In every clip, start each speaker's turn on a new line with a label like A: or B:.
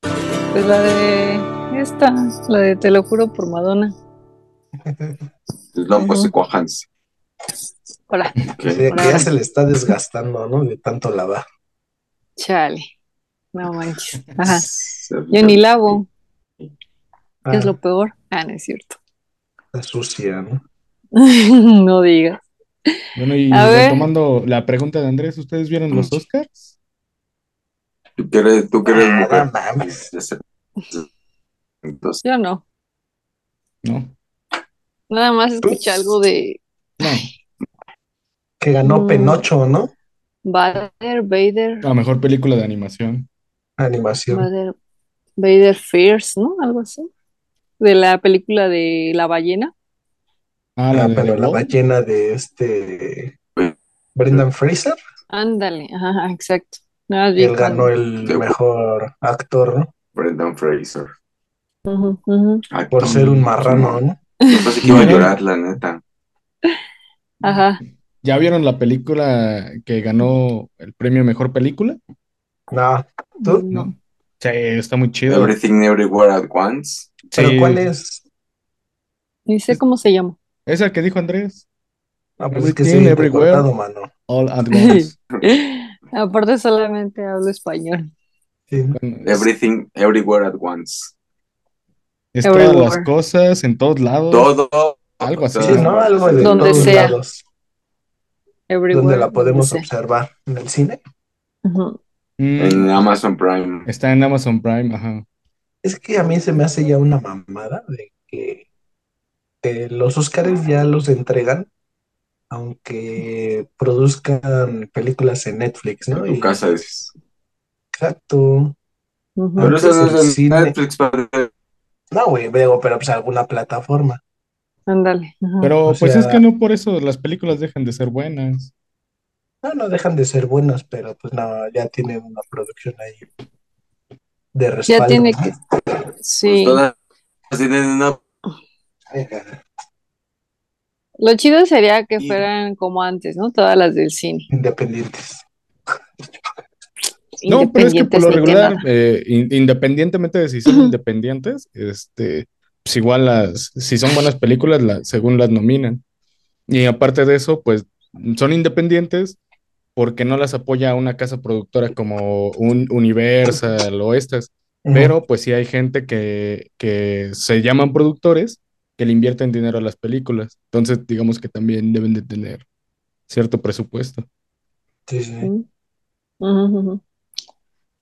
A: Pues la de esta, la de Te lo juro por Madonna.
B: No, pues se cuajanse.
A: Hola,
B: Que-
C: Que ya se le está desgastando, ¿no? De tanto lavar.
A: chale. No manches. Ajá.
B: se-
A: Yo ni lavo, que es
C: Ah,
A: lo peor. Ah, no es cierto.
C: Está sucia, ¿no?
A: no digas.
D: Bueno, y
A: A ver.
D: retomando la pregunta de Andrés, ¿ustedes vieron los Oscars?
B: Tú que eres, tú que eres
C: Ah,
B: mujer.
C: no mames.
B: Entonces,
A: Yo no.
D: No.
A: Nada más escuché algo de
D: No.
C: Que ganó
A: Mm.
C: Penocho, ¿no?
A: Vader, Vader,
D: La mejor película de animación.
C: Animación.
A: Vader, Vader Fierce, ¿no? Algo así. De la película de la ballena.
D: Ah, la
C: Ah,
D: de
C: pero
D: The
C: la
D: Wall.
C: ballena de este.
D: Pues,
C: Brendan Fraser.
A: Ándale, ajá, ajá, exacto. Nada más
C: Y
A: pues, bien
C: él ganó el
B: The Wall.
C: mejor actor, ¿no?
B: Brendan Fraser.
A: Ujú, ujú.
B: Ay,
C: Por
B: no,
C: ser
D: Mm,
C: un marrano, ¿no?
B: Yo pensé que iba a llorar, la neta.
A: Ajá.
D: ¿Ya vieron la película que ganó el premio Mejor Película?
C: No. ¿Tú?
A: No.
D: Sí, está muy chido.
B: Everything Everywhere at Once.
C: ¿Pero
D: Sí.
C: cuál es?
A: Ni sé cómo se llama.
D: Esa que dijo Andrés.
C: Ah, pues es que
D: Everything,
C: sí,
D: everywhere.
C: recortado, mano.
D: All at Once.
A: Aparte solamente hablo español.
C: Sí.
D: Bueno, es-
B: Everything Everywhere at Once.
D: es todas las
A: Everywhere.
D: cosas, en todos lados.
B: Todo.
D: Algo así.
C: Sí, ¿no? Algo de
A: Donde
C: todos
A: sea.
C: lados.
A: Everywhere,
C: Donde la podemos
A: donde sea.
C: observar. ¿En el cine?
A: Ujú.
D: Mm,
B: En Amazon Prime.
D: está en Amazon Prime, ajá.
C: Es que a mí se me hace ya una mamada de que eh, los Óscares ya los entregan, aunque produzcan películas en Netflix, ¿no?
B: En
C: Y-
B: tu casa dices.
C: Exacto.
A: Ujú.
B: Pero eso no
C: Antes el
B: es en
C: cine.
B: Netflix, padre.
C: No, güey, veo, pero pues alguna plataforma.
A: Ándale. ajá.
D: Pero
C: O
D: pues
C: sea-
D: es que no por eso las películas dejan de ser buenas.
C: No, no dejan de ser buenas, pero pues no, ya tienen una producción ahí de respaldo.
A: Ya tiene que. Sí.
B: Todas tienen una.
A: Lo chido sería que
B: Y-
A: fueran como antes, ¿no? Todas las del cine.
C: Independientes.
D: No, pero es que por
A: Independientes,
D: lo
A: ni que
D: regular,
A: nada.
D: eh, in- independientemente de si son independientes, este, pues igual las, si son buenas películas, la- según las nominan. Y aparte de eso, pues son independientes porque no las apoya una casa productora como un Universal o estas. Pero pues sí hay gente que, que se llaman productores que le invierten dinero a las películas. Entonces, digamos que también deben de tener cierto presupuesto.
C: Sí, sí.
A: Ujú. Ujú, ujú.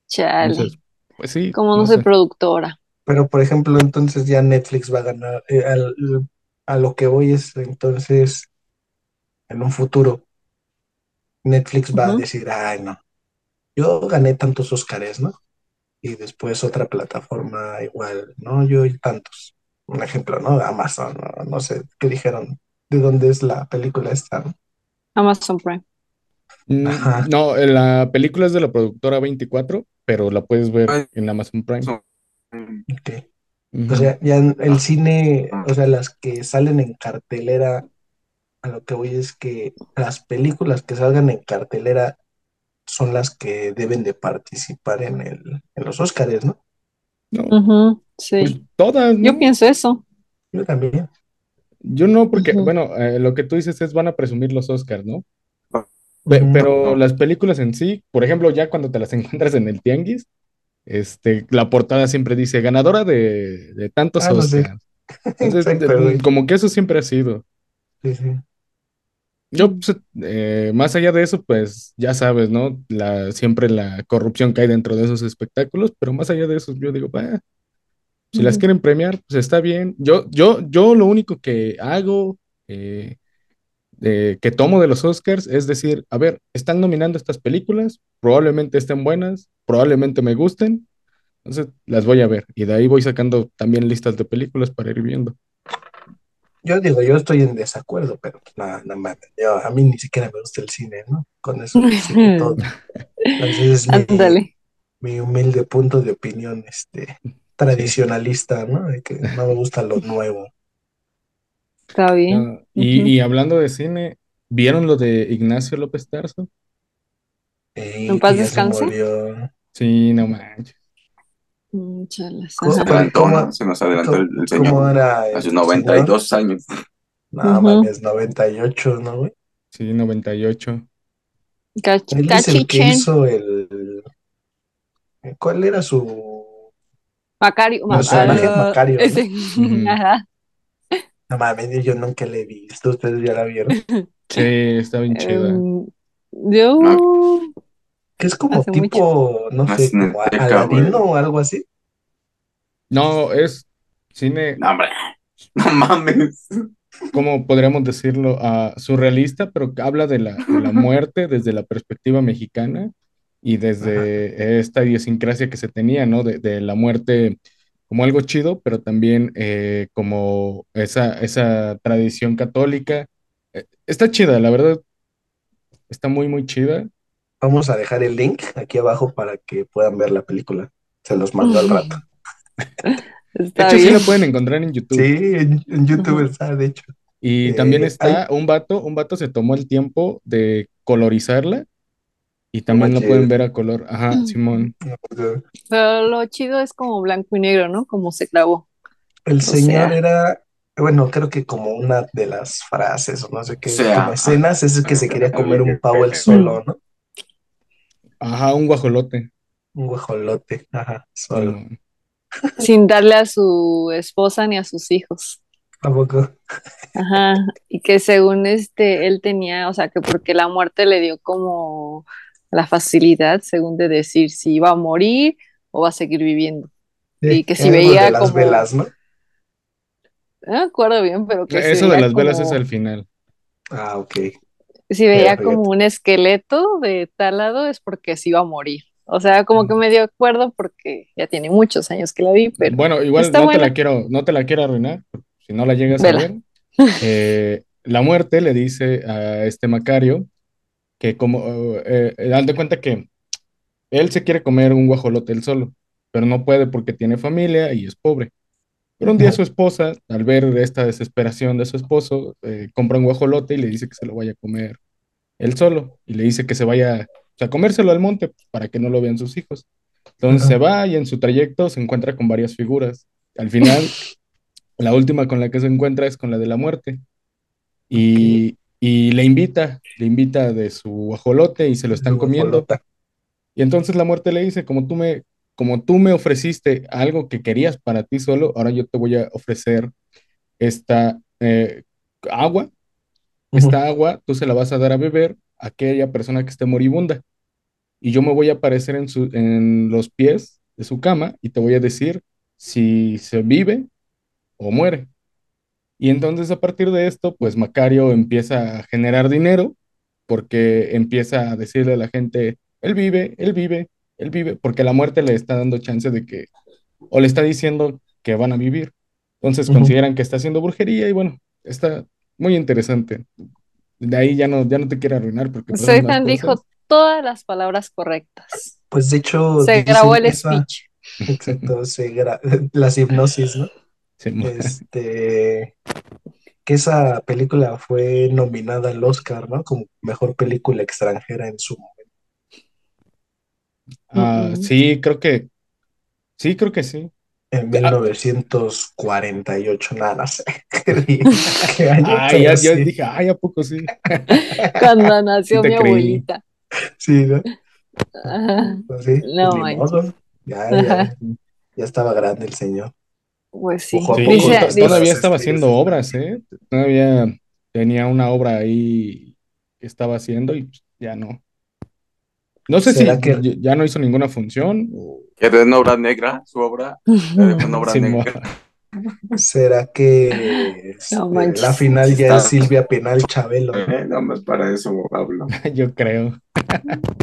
A: Chale.
D: Entonces, pues sí.
A: como no
D: no
A: soy
D: sé.
A: productora.
C: Pero, por ejemplo, entonces ya Netflix va a ganar. eh, al- a lo que voy es entonces, en un futuro, Netflix va a
A: Ujú.
C: decir, ay, no, yo gané tantos Óscares, ¿no? Y después otra plataforma igual, ¿no? Yo y tantos. Un ejemplo, ¿no? Amazon, ¿no? no sé, ¿qué dijeron? ¿De dónde es la película esta? no?
A: Amazon Prime.
D: Mm,
C: Ajá.
D: No, eh, la película es de la productora 24, pero la puedes ver en Amazon Prime.
B: Son-
C: Ok.
D: Ujú.
C: Ah, O sea, ya en el cine,
B: Ah.
C: o sea, las que salen en cartelera, a lo que voy es que las películas que salgan en cartelera son las que deben de participar en el, en los Óscares, ¿no?
D: No,
A: Ujú,
D: pues
A: Sí.
D: todas, ¿no?
A: Yo pienso eso.
C: Yo también.
D: Yo no, porque,
A: Ujú.
D: bueno, eh, lo que tú dices es van a presumir los Oscars, ¿no? Pe-
C: Ujú.
D: Pero
B: No.
D: las películas en sí, por ejemplo, ya cuando te las encuentras en el Tianguis, este, la portada siempre dice ganadora de, de tantos
C: Ah, no sé.
D: Oscars. Entonces,
C: Exacto,
D: de-
C: güey.
D: como que eso siempre ha sido.
C: Sí, sí.
D: Yo, pues, eh, más allá de eso, pues ya sabes, ¿no? La, siempre la corrupción que hay dentro de esos espectáculos, pero más allá de eso, yo digo, "Bah, si las
A: Ujú.
D: quieren premiar, pues está bien. Yo, yo, yo lo único que hago, eh, eh, que tomo de los Oscars, es decir, a ver, están nominando estas películas, probablemente estén buenas, probablemente me gusten, entonces las voy a ver. Y de ahí voy sacando también listas de películas para ir viendo.
C: Yo digo, yo estoy en desacuerdo, pero pues, nada, nada más. Yo, a mí ni siquiera me gusta el cine, ¿no? Con eso se todo. Entonces, mi-
A: Ándale.
C: mi humilde punto de opinión este tradicionalista, ¿no? De que no me gusta lo nuevo.
A: Está bien.
D: Ah, y,
A: Ujú.
D: y hablando de cine, ¿vieron lo de Ignacio López Tarso?
C: Eh,
A: ¿En paz
C: que ya se
A: descanse?
C: murió.
D: Sí, no manches.
A: Mm, chalas,
C: Co-
A: ajá.
B: Se adelantó, ¿no? Se nos adelantó el, el
C: ¿Cómo
B: señor.
C: era? el
B: A sus 92 años.
C: señor? No,
A: Ujú.
C: mames, 98, ¿no, güey?
D: Sí, 98.
A: Cach-
C: Él es el que
A: Cachichen.
C: hizo el... eh, ¿Cuál era su...?
A: Macario.
C: Personaje
A: Macario.
C: Macario, ¿no?
A: Ese.
D: Ujú.
A: Ajá.
C: No mames, yo nunca le he visto, ustedes ya la vieron.
D: Sí, está bien chida.
A: Em, yo.
C: Que es como
A: Hace
C: tipo, no
B: Más
C: sé, como a-
B: azteca,
C: Aladino
B: güey.
C: o algo así.
D: No, es cine,
B: No, hombre. No mames.
D: ¿cómo podríamos decirlo? Ah, surrealista, pero que habla de la, de la muerte desde la perspectiva mexicana y desde esta idiosincrasia que se tenía, ¿no? De, de la muerte como algo chido, pero también eh, como esa, esa tradición católica. Eh, está chida, la verdad, está muy, muy chida.
C: Vamos a dejar el link aquí abajo para que puedan ver la película. Se los mando al rato.
D: De
A: Está
D: hecho, sí
A: bien.
D: la pueden encontrar en YouTube.
C: Sí, en, en YouTube
A: Ujú.
C: está, de hecho.
D: Y
C: Eh,
D: también
C: hay-
D: está un vato, un vato se tomó el tiempo de colorizarla y también la
C: manches.
D: pueden ver a color. Ajá, Simón.
A: Pero lo chido es como blanco y negro, ¿no? Como se grabó.
C: El
A: sea.
C: señor era, bueno, creo que como una de las frases o no sé qué,
B: O sea,
C: como escenas, es que se quería comer un pavo el solo, ¿no?
D: Ajá, un guajolote.
C: Un guajolote, ajá, solo.
D: Simón.
A: Sin darle a su esposa ni a sus hijos.
C: Tampoco.
A: Ajá. Y que según este, él tenía, o sea, que porque la muerte le dio como la facilidad, según de decir si iba a morir o va a seguir viviendo. Y que si
C: algo
A: veía
C: de las
A: como-
C: velas, ¿no?
A: No me acuerdo bien, pero que si
D: Eso de
A: veía
D: las velas es
A: como-
D: al final.
C: Ah, ok.
A: si veía
C: Pero,
A: como un esqueleto de tal lado es porque se iba a morir. O sea, como que me dio acuerdo porque ya tiene muchos años que la vi, pero
D: Bueno, igual
A: está
D: no te
A: buena.
D: la quiero, no te la quiero arruinar, si no la llegas a
A: Vela.
D: ver. Eh, la muerte le dice a este Macario que como eh, eh, haz de cuenta que él se quiere comer un guajolote él solo, pero no puede porque tiene familia y es pobre. Pero un día
C: Ajá.
D: su esposa, al ver esta desesperación de su esposo, eh, compra un guajolote y le dice que se lo vaya a comer él solo. Y le dice que se vaya o sea, a comérselo al monte para que no lo vean sus hijos. Entonces se
C: Ajá.
D: va y en su trayecto se encuentra con varias figuras. Al final, la última con la que se encuentra es con la de la muerte. Y, y le invita, le invita de su guajolote y se lo están
C: Su
D: comiendo.
C: guajolota.
D: Y entonces la muerte le dice, como tú me, como tú me ofreciste algo que querías para ti solo, ahora yo te voy a ofrecer esta eh, agua,
C: Ujú.
D: esta agua tú se la vas a dar a beber a aquella persona que esté moribunda. Y yo me voy a aparecer en, su, en los pies de su cama y te voy a decir si se vive o muere. Y entonces a partir de esto, pues Macario empieza a generar dinero porque empieza a decirle a la gente, él vive, él vive, él vive, porque la muerte le está dando chance de que, o le está diciendo que van a vivir. Entonces
C: Ujú.
D: consideran que está haciendo brujería y bueno, está muy interesante. De ahí ya no, ya no te quiero arruinar porque pasan más
A: Seitan
D: cosas.
A: dijo todas las palabras correctas.
C: Pues de hecho,
A: Se grabó
C: dicen
A: el
C: esa,
A: speech.
C: exacto, se gra- las hipnosis, ¿no?
D: Sí, mo-
C: Pues, Este, que esa película fue nominada al Oscar, ¿no? Como mejor película extranjera en su momento.
D: Ah,
A: Mm,
D: sí, creo que, sí, creo que sí.
C: En
D: Ah,
C: 1948, nada, no sé qué, día, qué año,
D: Ay,
C: pero
D: Ah, ya, yo
C: sí,
D: dije, ay, ¿a poco sí?
A: Cuando
D: Sí
A: nació mi
D: te creí.
A: abuelita. Ah,
C: sí, ¿no?
A: Ajá.
C: Pues sí, pues
A: No
C: ni
A: manches.
C: modo. Ya,
A: Ajá,
C: ya, ya estaba grande el señor.
A: Pues sí.
C: Poco a
D: Sí,
C: poco
D: y
A: Dice,
D: to-
C: hasta
A: dice,
D: todavía
C: las
D: estaba
C: estrellas
D: haciendo
C: se están
D: obras, ¿eh? Todavía tenía una obra ahí que estaba haciendo y pues, ya no. No sé si
C: ¿Será que
D: y- ya no hizo ninguna función o...
B: Que es una obra negra, su obra. La dejó en obra
D: Sí, mo-
B: negra.
C: ¿Será que
A: no
C: este, la
A: manches.
C: final ya
B: Está-
C: es Silvia Penal Chabelo, ¿no?
B: Eh, Nada más para eso hablo.
D: yo creo.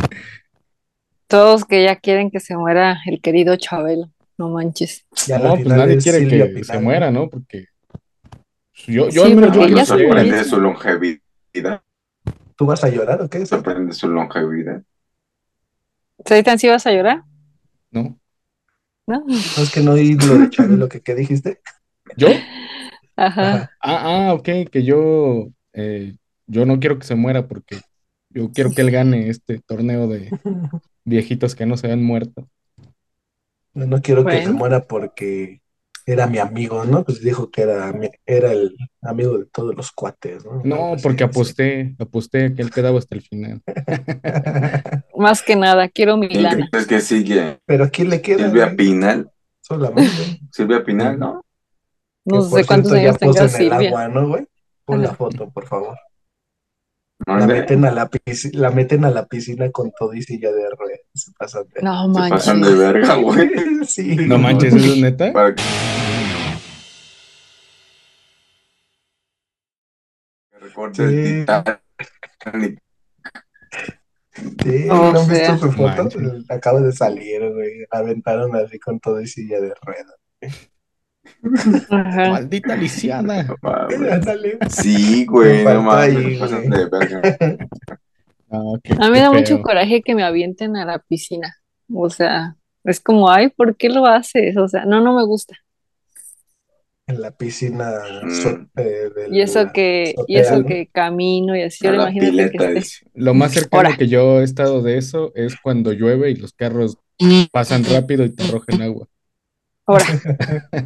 A: Todos que ya quieren que se muera el querido Chabelo. No manches.
C: Ya la
D: No, pues
C: final
D: nadie
C: es
D: quiere
C: Silvia
D: que se
C: Penal, ¿no?
D: muera, ¿no? Porque pues, yo, yo al
A: Sí,
D: menos
A: porque
B: No, no
D: yo quiero
A: ya
D: que
A: se
D: lleguen
A: murió.
B: sorprende
D: ahí.
B: su longevidad.
C: ¿Tú vas a llorar o qué? Sam?
B: Sorprende su longevidad.
A: Seitan, ¿sí vas a llorar?
D: ¿No?
A: ¿No?
C: No es que no oí lo de Chabelo que, ¿qué dijiste.
D: ¿Yo?
A: Ajá.
C: Ajá.
D: Ah, ah, ok, que yo, eh, yo no quiero que se muera porque yo quiero que él gane este torneo de viejitos que no se han muerto.
C: No quiero que
A: Bueno.
C: se muera porque era mi amigo, ¿no? Pues dijo que era, mi- era el amigo de todos los cuates, ¿no?
D: No,
C: Pues sí,
D: porque
C: sí.
D: aposté, aposté que él quedaba hasta el final.
A: Más que nada, quiero mi
B: ¿Y
A: lana.
B: crees que sigue?
C: Pero ¿a quién le queda?
B: Silvia
C: güey?
B: Pinal.
C: Solamente.
B: Silvia Pinal, ¿no?
A: No
C: Que, por
A: sé cuántos
C: cierto, ya
A: años tenga
C: puso en el
A: Silvia.
C: agua, ¿no, güey? Pon la
A: Ajá.
C: foto, por favor.
B: No,
C: La
B: de-
C: meten a la piscina, la meten a la piscina con todo y silla de ruedas. Se pasan de.
A: No
B: se pasan de
A: manches.
B: verga, güey.
C: Sí.
D: No manches, ¿eso es neta?
B: Para que... Recorte el
C: Sí.
B: Titanic.
C: Sí,
A: O
C: ¿no han
A: sea.
C: visto su foto?
D: Manches.
C: Acaba de salir, güey. La aventaron así con todo y silla de ruedas.
A: Ajá.
D: Maldita lisiada.
B: No mames.
C: Ándale.
B: Sí, güey,
C: Me faltó
B: no mames,
C: ahí,
B: se pasan
C: güey.
B: de verga.
D: No, qué-
A: A mí
D: qué
A: da mucho
D: feo.
A: coraje que me avienten a la piscina. O sea, es como, ay, ¿por qué lo haces? O sea, no, no me gusta.
C: En la piscina
B: Mm.
C: so- eh, del-
A: Y eso que, y eso
C: azotea,
A: que camino y así, ahora
B: la
A: imagínate que
B: pileta,
A: esté.
B: dice.
D: Lo más cercano
A: Ahora.
D: que yo he estado de eso es cuando llueve y los carros pasan rápido y te arrojan agua.
A: Ahora,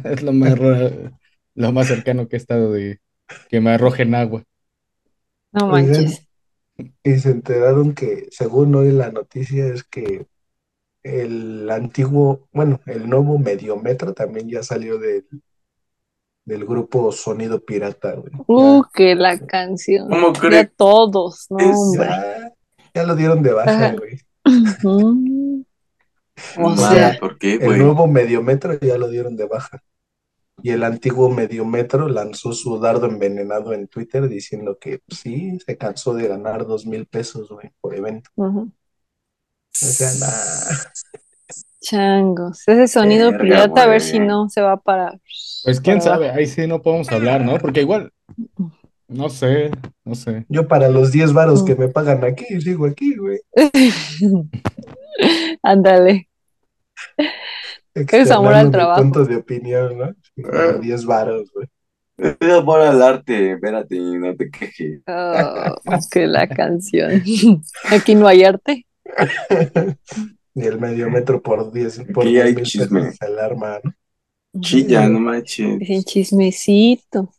D: Es lo más raro- lo más cercano que he estado de que me arrojen agua.
A: no
C: Oigan.
A: manches.
C: Y se enteraron que, según hoy la noticia, es que el antiguo, bueno, el nuevo Mediometro también ya salió del, del grupo Sonido Pirata, güey.
A: Uh, que la canción.
B: ¿Cómo
A: Ya
B: crees?
A: todos, no, hombre.
C: Ya, ya lo dieron de baja,
A: Ajá.
C: güey.
A: Mm. O
B: No
A: sea,
B: mames, ¿por qué,
C: El
B: güey?
C: nuevo Mediometro ya lo dieron de baja. Y el antiguo Mediometro lanzó su dardo envenenado en Twitter diciendo que pues, sí, se cansó de ganar dos mil pesos, güey, por evento.
A: ujú.
C: O sea, nada.
A: Changos. Ese sonido
B: Verga,
A: pirata, a ver
B: güey.
A: si no se va para.
D: Pues quién
A: para abajo.
D: sabe, ahí sí no podemos hablar, ¿no? Porque igual, no sé, no sé.
C: Yo para los 10 varos que me pagan aquí, sigo aquí, güey.
A: Ándale. es amor al
C: externando mi
A: trabajo.
C: punto Este, de opinión, ¿no? Sí,
B: Ah.
C: por 10 varos, güey.
B: Es amor al arte, espérate, no te quejes.
A: Oh, que la canción. Aquí no hay arte.
C: Y el medio metro por 10, por
B: Aquí hay
C: 10,000
B: chisme.
C: pesos se alarma, ¿no?
B: Chilla, no manches.
A: Dicen chismecito.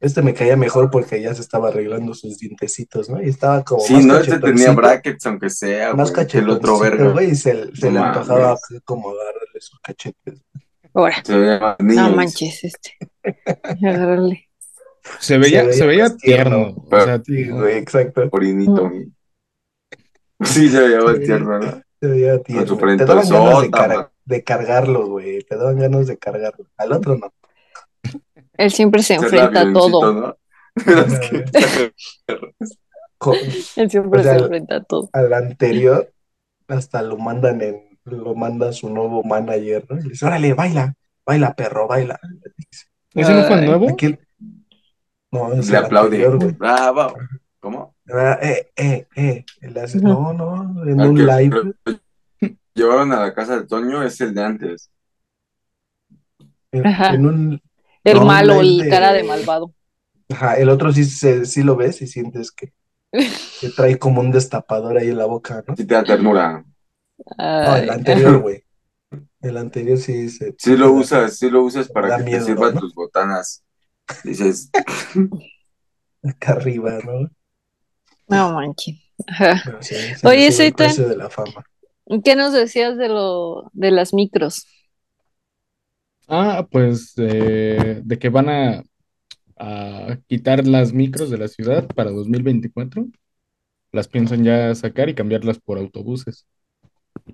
C: Este me caía mejor porque ya se estaba arreglando sus dientecitos, ¿no? Y estaba como
B: Sí,
C: más
B: no, este tenía
C: cachetoncito,
B: brackets, aunque sea,
C: más
B: güey, que el otro
C: cachetoncito,
B: verga.
C: güey, y se, se
B: No
C: le
B: mames.
C: antojaba acomodarle sus cachetes.
A: Ahora,
B: Se veía más niño,
A: no
B: dice.
A: manches este. Agárrale.
D: Se veía,
C: veía
D: se veía
C: más
D: tierno.
C: tierno.
D: o sea,
C: Sí,
D: no.
C: güey, exacto.
B: Orinito,
A: Mm.
B: güey. Sí, se veía más
C: Sí.
B: tierno, ¿no?
C: Se veía
B: su
C: tierno. Te
B: frente
C: daban ganas de,
B: sota,
C: car-
B: man.
C: de cargarlo, güey. Te daban ganas de cargarlo. Al otro no.
A: Él siempre se
B: Ser la
A: enfrenta a todo.
B: ¿no?
C: Co-
A: Él siempre
C: O sea,
A: se
C: el-
A: enfrenta a todo.
C: al anterior, hasta lo mandan en, lo manda su nuevo manager, ¿no? Y le dice, órale, baila, baila, perro, baila.
D: ¿Ese no fue el
A: Ay.
D: nuevo?
C: Aquí el- no, es
B: Le
C: el
B: aplaude.
C: anterior, güey.
B: Bravo. ¿Cómo?
C: Ah, eh, eh, eh. Y le hace,
A: Ujú.
C: no, no, en
B: Al
C: un
B: Ah, que
C: live.
B: lo Llevaron a la casa de Toño, es el de antes.
C: En,
A: Ajá.
C: en un,
A: El
C: No,
A: malo,
C: el
A: el
C: de-
A: cara de malvado.
C: ajá, el otro sí, se- sí lo ves y sientes que, que trae como un destapador ahí en la boca, ¿no?
B: Sí te da ternura.
C: No,
A: Ay,
C: el anterior, güey. El anterior sí se...
B: Sí lo usas, sí lo usas para
C: Da
B: que te
C: miedo,
B: sirvan
C: ¿no?
B: tus botanas. Dices,
C: Acá arriba, ¿no?
A: no manches. Ajá.
C: Pero sí, se
A: Oye,
C: le sube el
A: Seitan.
C: precio de la fama.
A: ¿Qué nos decías de lo de las micros?
D: Ah, pues eh, de que van a, a quitar las micros de la ciudad para 2024. Las piensan ya sacar y cambiarlas por autobuses.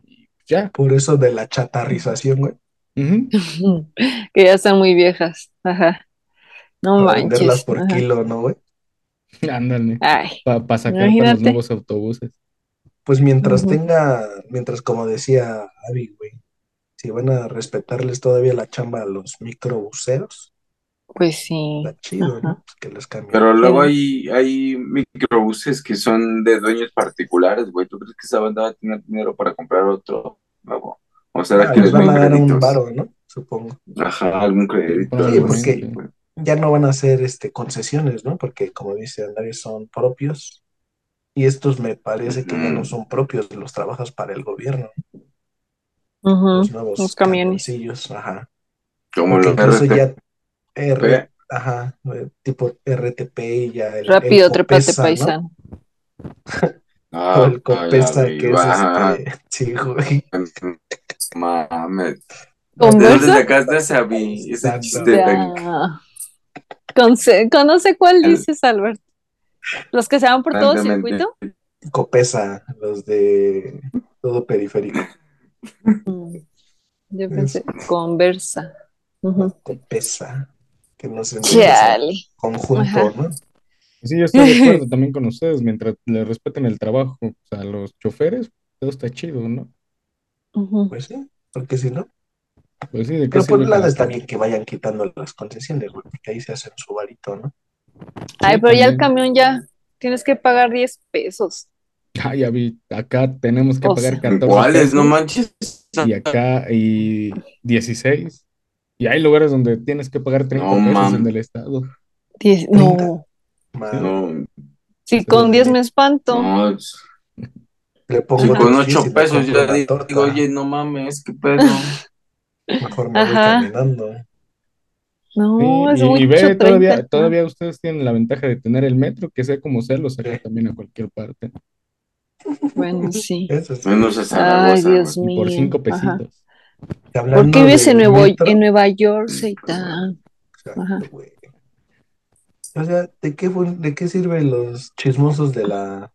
D: Y ya.
C: Por eso de la chatarrización, güey.
D: Ujú.
A: Que ya están muy viejas. Ajá. No
C: Para venderlas
A: manches.
C: por
A: Ajá.
C: kilo, ¿no, güey?
D: Ándale.
A: Ay,
D: Para sacar para los
A: Imagínate.
D: nuevos autobuses.
C: Pues mientras
A: Ujú.
C: tenga, mientras como decía Abby, güey, si van a respetarles todavía la chamba a los microbuseros,
A: pues sí.
C: está chido,
A: Ajá.
C: ¿no? Pues que les cambien.
B: pero luego
A: Sí.
B: hay, hay microbuses que son de dueños particulares, güey. ¿Tú crees que esa banda va a tener dinero para comprar otro nuevo? O será
C: Ah,
B: que
C: les
B: les
C: van
B: den
C: a dar un
B: créditos.
C: varo, ¿no? Supongo.
B: Ajá, algún crédito.
D: Sí,
B: algo
C: porque-
B: así, güey.
C: Ya no van a hacer este, concesiones, ¿no? Porque como dice Andrés, son propios. Y estos me parece que ya no
B: Ujú.
C: son propios, los trabajas para el gobierno.
A: Ujú,
C: los nuevos
A: los camiones.
C: camioncillos, ajá.
B: Como
C: Porque
B: los
C: incluso
B: RT.
C: ya R,
B: ¿Eh?
C: ajá, eh, tipo RTP y ya el,
A: Rápido,
C: el
A: trépate,
C: Copesa, ¿no?
A: paisano.
C: O
B: Ah,
C: el
B: a la
C: Copesa que es
B: viva.
C: este, sí, güey.
B: Mames. ¿De
A: ¿Conversa?
B: dónde sacaste esa vi- ese
C: Exacto.
B: chiste tan...
A: Ya. Conce- conoce cuál dices, Albert. Los que se van por todo
B: Exactamente.
A: circuito.
C: Copesa, los de todo periférico.
A: Mm, Yo
C: Es-
A: pensé, conversa. Ujú.
C: Copesa, que no se entiende ese
A: Chale.
C: conjunto,
A: Ajá.
C: ¿no?
D: Sí, yo estoy de acuerdo también con ustedes, mientras le respeten el trabajo a los choferes, todo está chido, ¿no?
A: Ujú.
C: Pues sí, porque si no.
D: Pues sí, ¿de qué
C: Pero por
D: sirve
C: un
D: que
C: lado
D: los
C: está
D: choferes?
C: bien que vayan quitando las concesiones, güey, porque ahí se hacen su varito, ¿no?
A: Ay,
D: Sí,
A: pero ya el
D: también.
A: camión ya tienes que pagar 10 pesos.
D: Ah, ya vi, acá tenemos que
A: O
D: pagar
A: sea,
D: 14
B: ¿Cuáles? No
D: pesos
B: manches.
D: y acá y 16. Y hay lugares donde tienes que pagar 30
B: No
D: pesos en
B: mames.
D: el estado.
A: 10,
C: 30.
A: no.
C: Madre,
B: No,
A: Si
D: Sí,
A: con
D: sí,
A: 10
D: sí.
A: me espanto.
B: no.
C: le
B: Si
C: pongo
A: Ajá.
B: con
C: tres pies y
B: ocho
C: me
B: pesos
C: compro
B: ya
C: una
B: digo,
C: torta.
B: oye, no mames, qué pedo.
C: Mejor me voy
A: Ajá.
C: caminando. ¿eh?
A: No,
D: Sí,
A: es
D: y, y
A: mucho
D: ve,
A: 30.
D: todavía, todavía ustedes tienen la ventaja de tener el metro, que sea como sea, lo saca
C: Sí,
D: también a cualquier parte.
A: Bueno, sí.
C: eso sí.
B: Menos a
A: Ay,
B: Zaragoza, güey.
A: Dios
D: Y por
A: mío.
D: 5
A: Ajá.
D: pesitos.
C: Y
A: ¿Por qué
C: hablando
A: vives en
C: de
A: Nuevo, en
C: metro,
A: Nueva York,
B: Pues, güey.
A: Seitan? Ajá.
C: exacto, güey. O sea, ¿de qué, fue- de qué sirven los chismosos de la,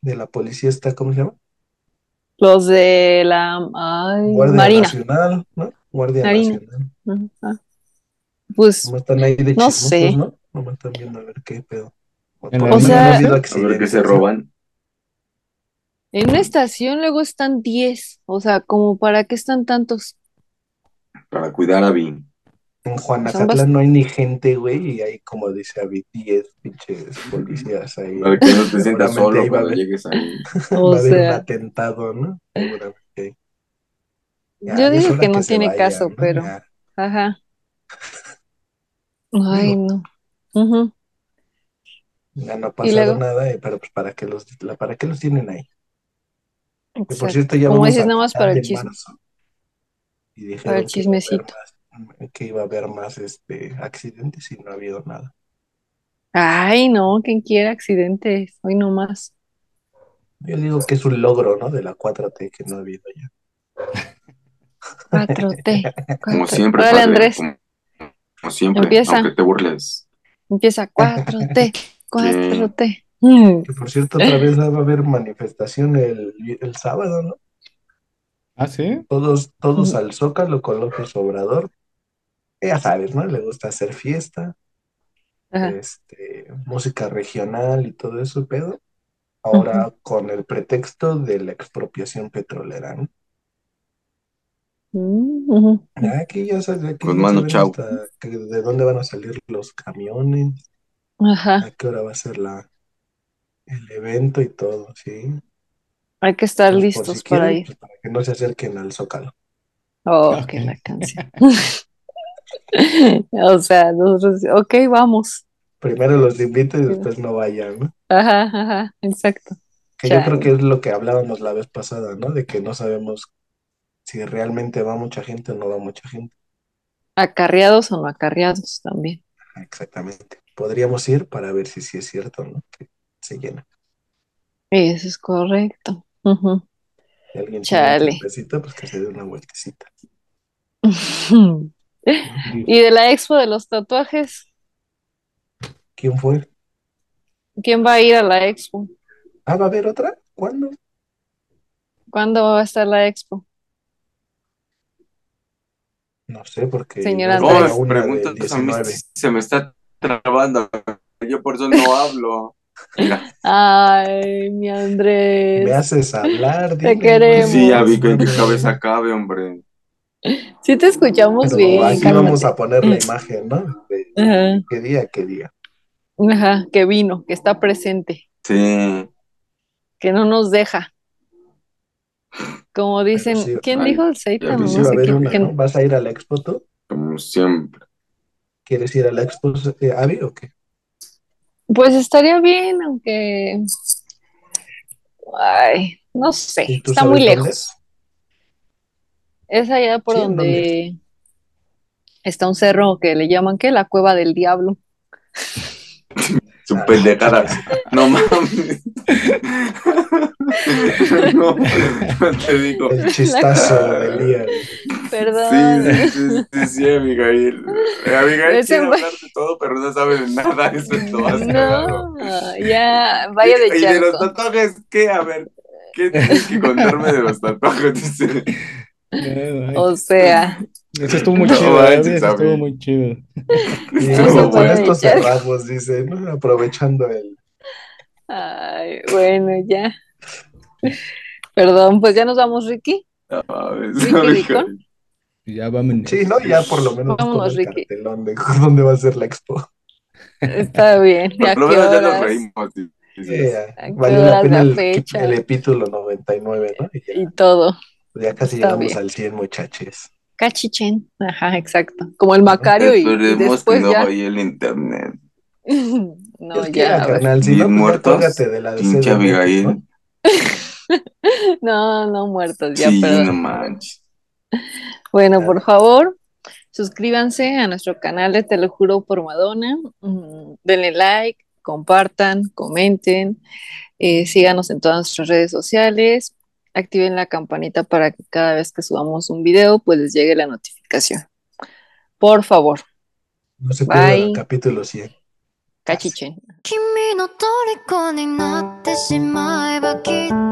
C: de la policía esta, ¿cómo se llama?
A: Los de la ay,
C: Guardia
A: Marina.
C: Nacional, ¿no? Guardia
A: Marina.
C: Nacional.
A: Ajá. Pues
C: Nomás están ahí de
A: no
C: chismosos,
A: sé.
C: ¿no? Nomás están viendo a ver qué pedo.
D: En la
C: Por lo
A: O
D: Avenida
C: menos no ha
A: sea,
C: habido
D: Rusia,
B: A ver qué se
C: accidentes, ¿no?
B: roban.
A: en una estación luego están 10. O sea, como para qué están tantos.
B: Para cuidar a Vin.
A: Son
C: En
A: bast-
C: Juanacatlán no hay ni gente, güey, y hay, como dice David, 10 pinches policías ahí.
B: Para que no te
C: Seguramente
B: sientas solo
C: ahí va a
B: cuando
C: haber,
B: llegues ahí.
A: O
C: va a haber un
A: sea,
C: atentado, ¿no? Seguramente. Ya,
A: yo
C: ya es
A: digo que
C: hora que
A: no
C: se
A: tiene
C: vayan,
A: caso,
C: ¿no?
A: pero.
C: Ya,
A: Ajá. Ay,
C: digo,
A: no. Ujú.
C: ya no ha
A: Y
C: pasado
A: luego,
C: nada, eh, pero pues para qué los, la- para qué los tienen ahí. Que por
A: exacto.
C: cierto, ya
A: Como
C: vamos
A: dices,
C: a
A: nada más
C: mitad
A: para el
C: de
A: chisme,
C: marzo y
A: para el
C: dijeron que iba a haber
A: chismecito.
C: más, mm, que iba a haber más este, accidentes y no ha habido nada.
A: Ay, no, quien quiera accidentes. Hoy no más.
C: Yo digo que es un logro, ¿no? De la 4T que no ha habido ya.
A: 4T,
B: Como
A: 4T.
B: siempre,
A: Órale,
B: padre.
A: Andrés,
B: Como, como siempre, aunque
A: empieza,
B: te burles.
A: empieza 4T,
B: Que
A: 4T. Mm.
C: Que por cierto, otra vez va a haber manifestación el, el sábado, ¿no?
D: ¿Ah, sí?
C: Todos, todos
A: Mm.
C: al Zócalo con López Obrador. Ya sabes, ¿no? Le gusta hacer fiesta,
A: Ajá,
C: este, música regional y todo eso, pedo.
A: ujú.
C: Ahora con el pretexto de la expropiación petrolera, ¿no?
A: Mm, ujú.
C: Aquí ya, sa- aquí
B: con
C: ya
B: mano
C: saben
B: chao.
C: hasta que- de dónde van a salir los camiones, a
A: Ajá,
C: qué hora va a ser la, el evento y todo, ¿sí?
A: hay que estar
C: Entonces, por si
A: listos para
C: quieren,
A: ir.
C: pues para que no se acerquen al Zócalo.
A: Oh,
D: Ok.
A: qué la canción. O sea, nosotros, ok, vamos.
C: Primero los invito y después no vayan, ¿no?
A: Ajá, ajá, exacto.
C: Que yo creo que
A: Chale.
C: es lo que hablábamos la vez pasada, ¿no? De que no sabemos si realmente va mucha gente o no va mucha gente.
A: Acarreados o no acarreados también.
C: Ah, Exactamente. Podríamos ir para ver si sí es cierto, ¿no? Que se llena.
A: Eso es correcto. Ujú.
C: Si alguien tiene un
A: Chale.
C: tiempecito, pues que se dé una vueltecita. Ujú.
A: Y de la expo de los tatuajes,
C: ¿Quién fue?
A: ¿quién va a ir a la expo?
C: Ah, ¿va a haber otra? ¿Cuándo?
A: ¿Cuándo va a estar la expo?
C: No sé, porque
A: Señor
C: veo que
B: No,
C: va
A: Andrés.
C: una del
B: preguntas a mí
C: 19.
B: si se me está trabando. Yo por eso no hablo. Mira,
A: Ay, mi
C: Me
A: Andrés,
C: haces hablar,
A: te
C: dile, güey,
B: sí, ya
A: queremos.
B: vi que en qué
C: desmadre.
B: cabeza cabe, hombre.
A: Sí te escuchamos
C: Pero
A: bien,
C: aquí vamos
A: cálmate.
C: a poner la imagen, ¿no? De, de-
A: Ajá,
C: de qué día, qué día.
A: ajá, que vino, que está presente,
B: Sí,
A: que no nos deja. Como
C: Pero
A: dicen,
C: sí,
A: ¿quién
B: ay,
A: dijo el
B: ya
A: Seitan
C: pero
A: o
C: sí
A: no
C: va a
A: sé
C: haber
A: quién?
C: una,
A: Que,
C: ¿no? ¿Vas a ir a la expo tú?
B: como siempre.
C: ¿Quieres ir a la expo, eh, Abby, o qué?
A: pues estaría bien, aunque, ay, no sé,
C: ¿Y tú
A: está muy
C: sabes dónde es?
A: lejos. Es allá por
C: Sí, ¿en
A: donde
C: dónde?
A: está un cerro que le llaman, ¿qué? La Cueva del Diablo.
B: Su
C: Ah,
B: pendejada. No mames. No, no te digo.
C: El chistazo del día.
A: Perdón.
B: Sí, sí, sí, sí, sí, Abigail. Eh, Abigail
A: Ese
B: quiere
A: güey.
B: hablar de todo, pero no sabe de nada. Eso es lo más cagado.
A: No, ya, vaya de
B: Y de los
A: charco.
B: tatuajes, ¿qué? A ver, ¿qué tienes que contarme de los tatuajes? Dice.
A: O sea,
D: Eso estuvo muy
B: No
D: chido,
B: manches,
D: Abby, eso estuvo
B: Abby.
D: muy chido.
C: Y
B: Estuvo
A: Eso
C: bueno, con
A: puede
B: bueno.
C: esto
A: echar.
C: cerramos, dice, ¿no? aprovechando el...
A: ay, bueno, ya. Perdón, pues ya nos vamos, Ricky.
B: No mames,
A: Ricky
B: Abigail.
A: Ricón.
D: Ya vámonos.
C: Sí, ¿no? Ya por lo menos
A: Vámonos,
C: pon el
A: Ricky.
C: cartelón de dónde va a ser la expo.
A: Está bien. ¿Y ¿A
B: Por lo
A: qué
B: menos ya nos
A: horas?
B: reímos. sí, sí, sí.
C: Sí, ya.
A: ¿A qué
C: Valió
A: horas
C: la pena
A: la
C: el,
A: fecha?
C: el epítulo 99, ¿no? Y
A: Y
C: ya,
A: todo.
C: ya casi
A: está
C: llegamos
A: bien.
C: al 100, muchachos.
A: Cachichén. Ajá, exacto. Como el Macario y, y
B: Esperemos que
A: después
B: no
A: ya.
B: vaya el internet.
A: no,
C: El que
A: ya.
C: era,
A: a ver.
C: carnal, si
B: Bien
C: no, pues ya
B: muertos,
C: cuélgate de la
B: Pinche
C: CDMX,
B: Abigail.
C: ¿no?
A: No, no muertos, ya,
B: Sí,
A: perdón.
B: no manches.
A: Bueno, por favor, suscríbanse a nuestro canal de Te lo juro por Madonna. Mm, Denle like, compartan, comenten, eh, síganos en todas nuestras redes sociales. Activen la campanita para que cada vez que subamos un video, pues les llegue la notificación. Por favor,
C: No se pierdan
A: Bye.
C: el capítulo 100.
A: cachichen.
E: 君の虜になってしまえばきっと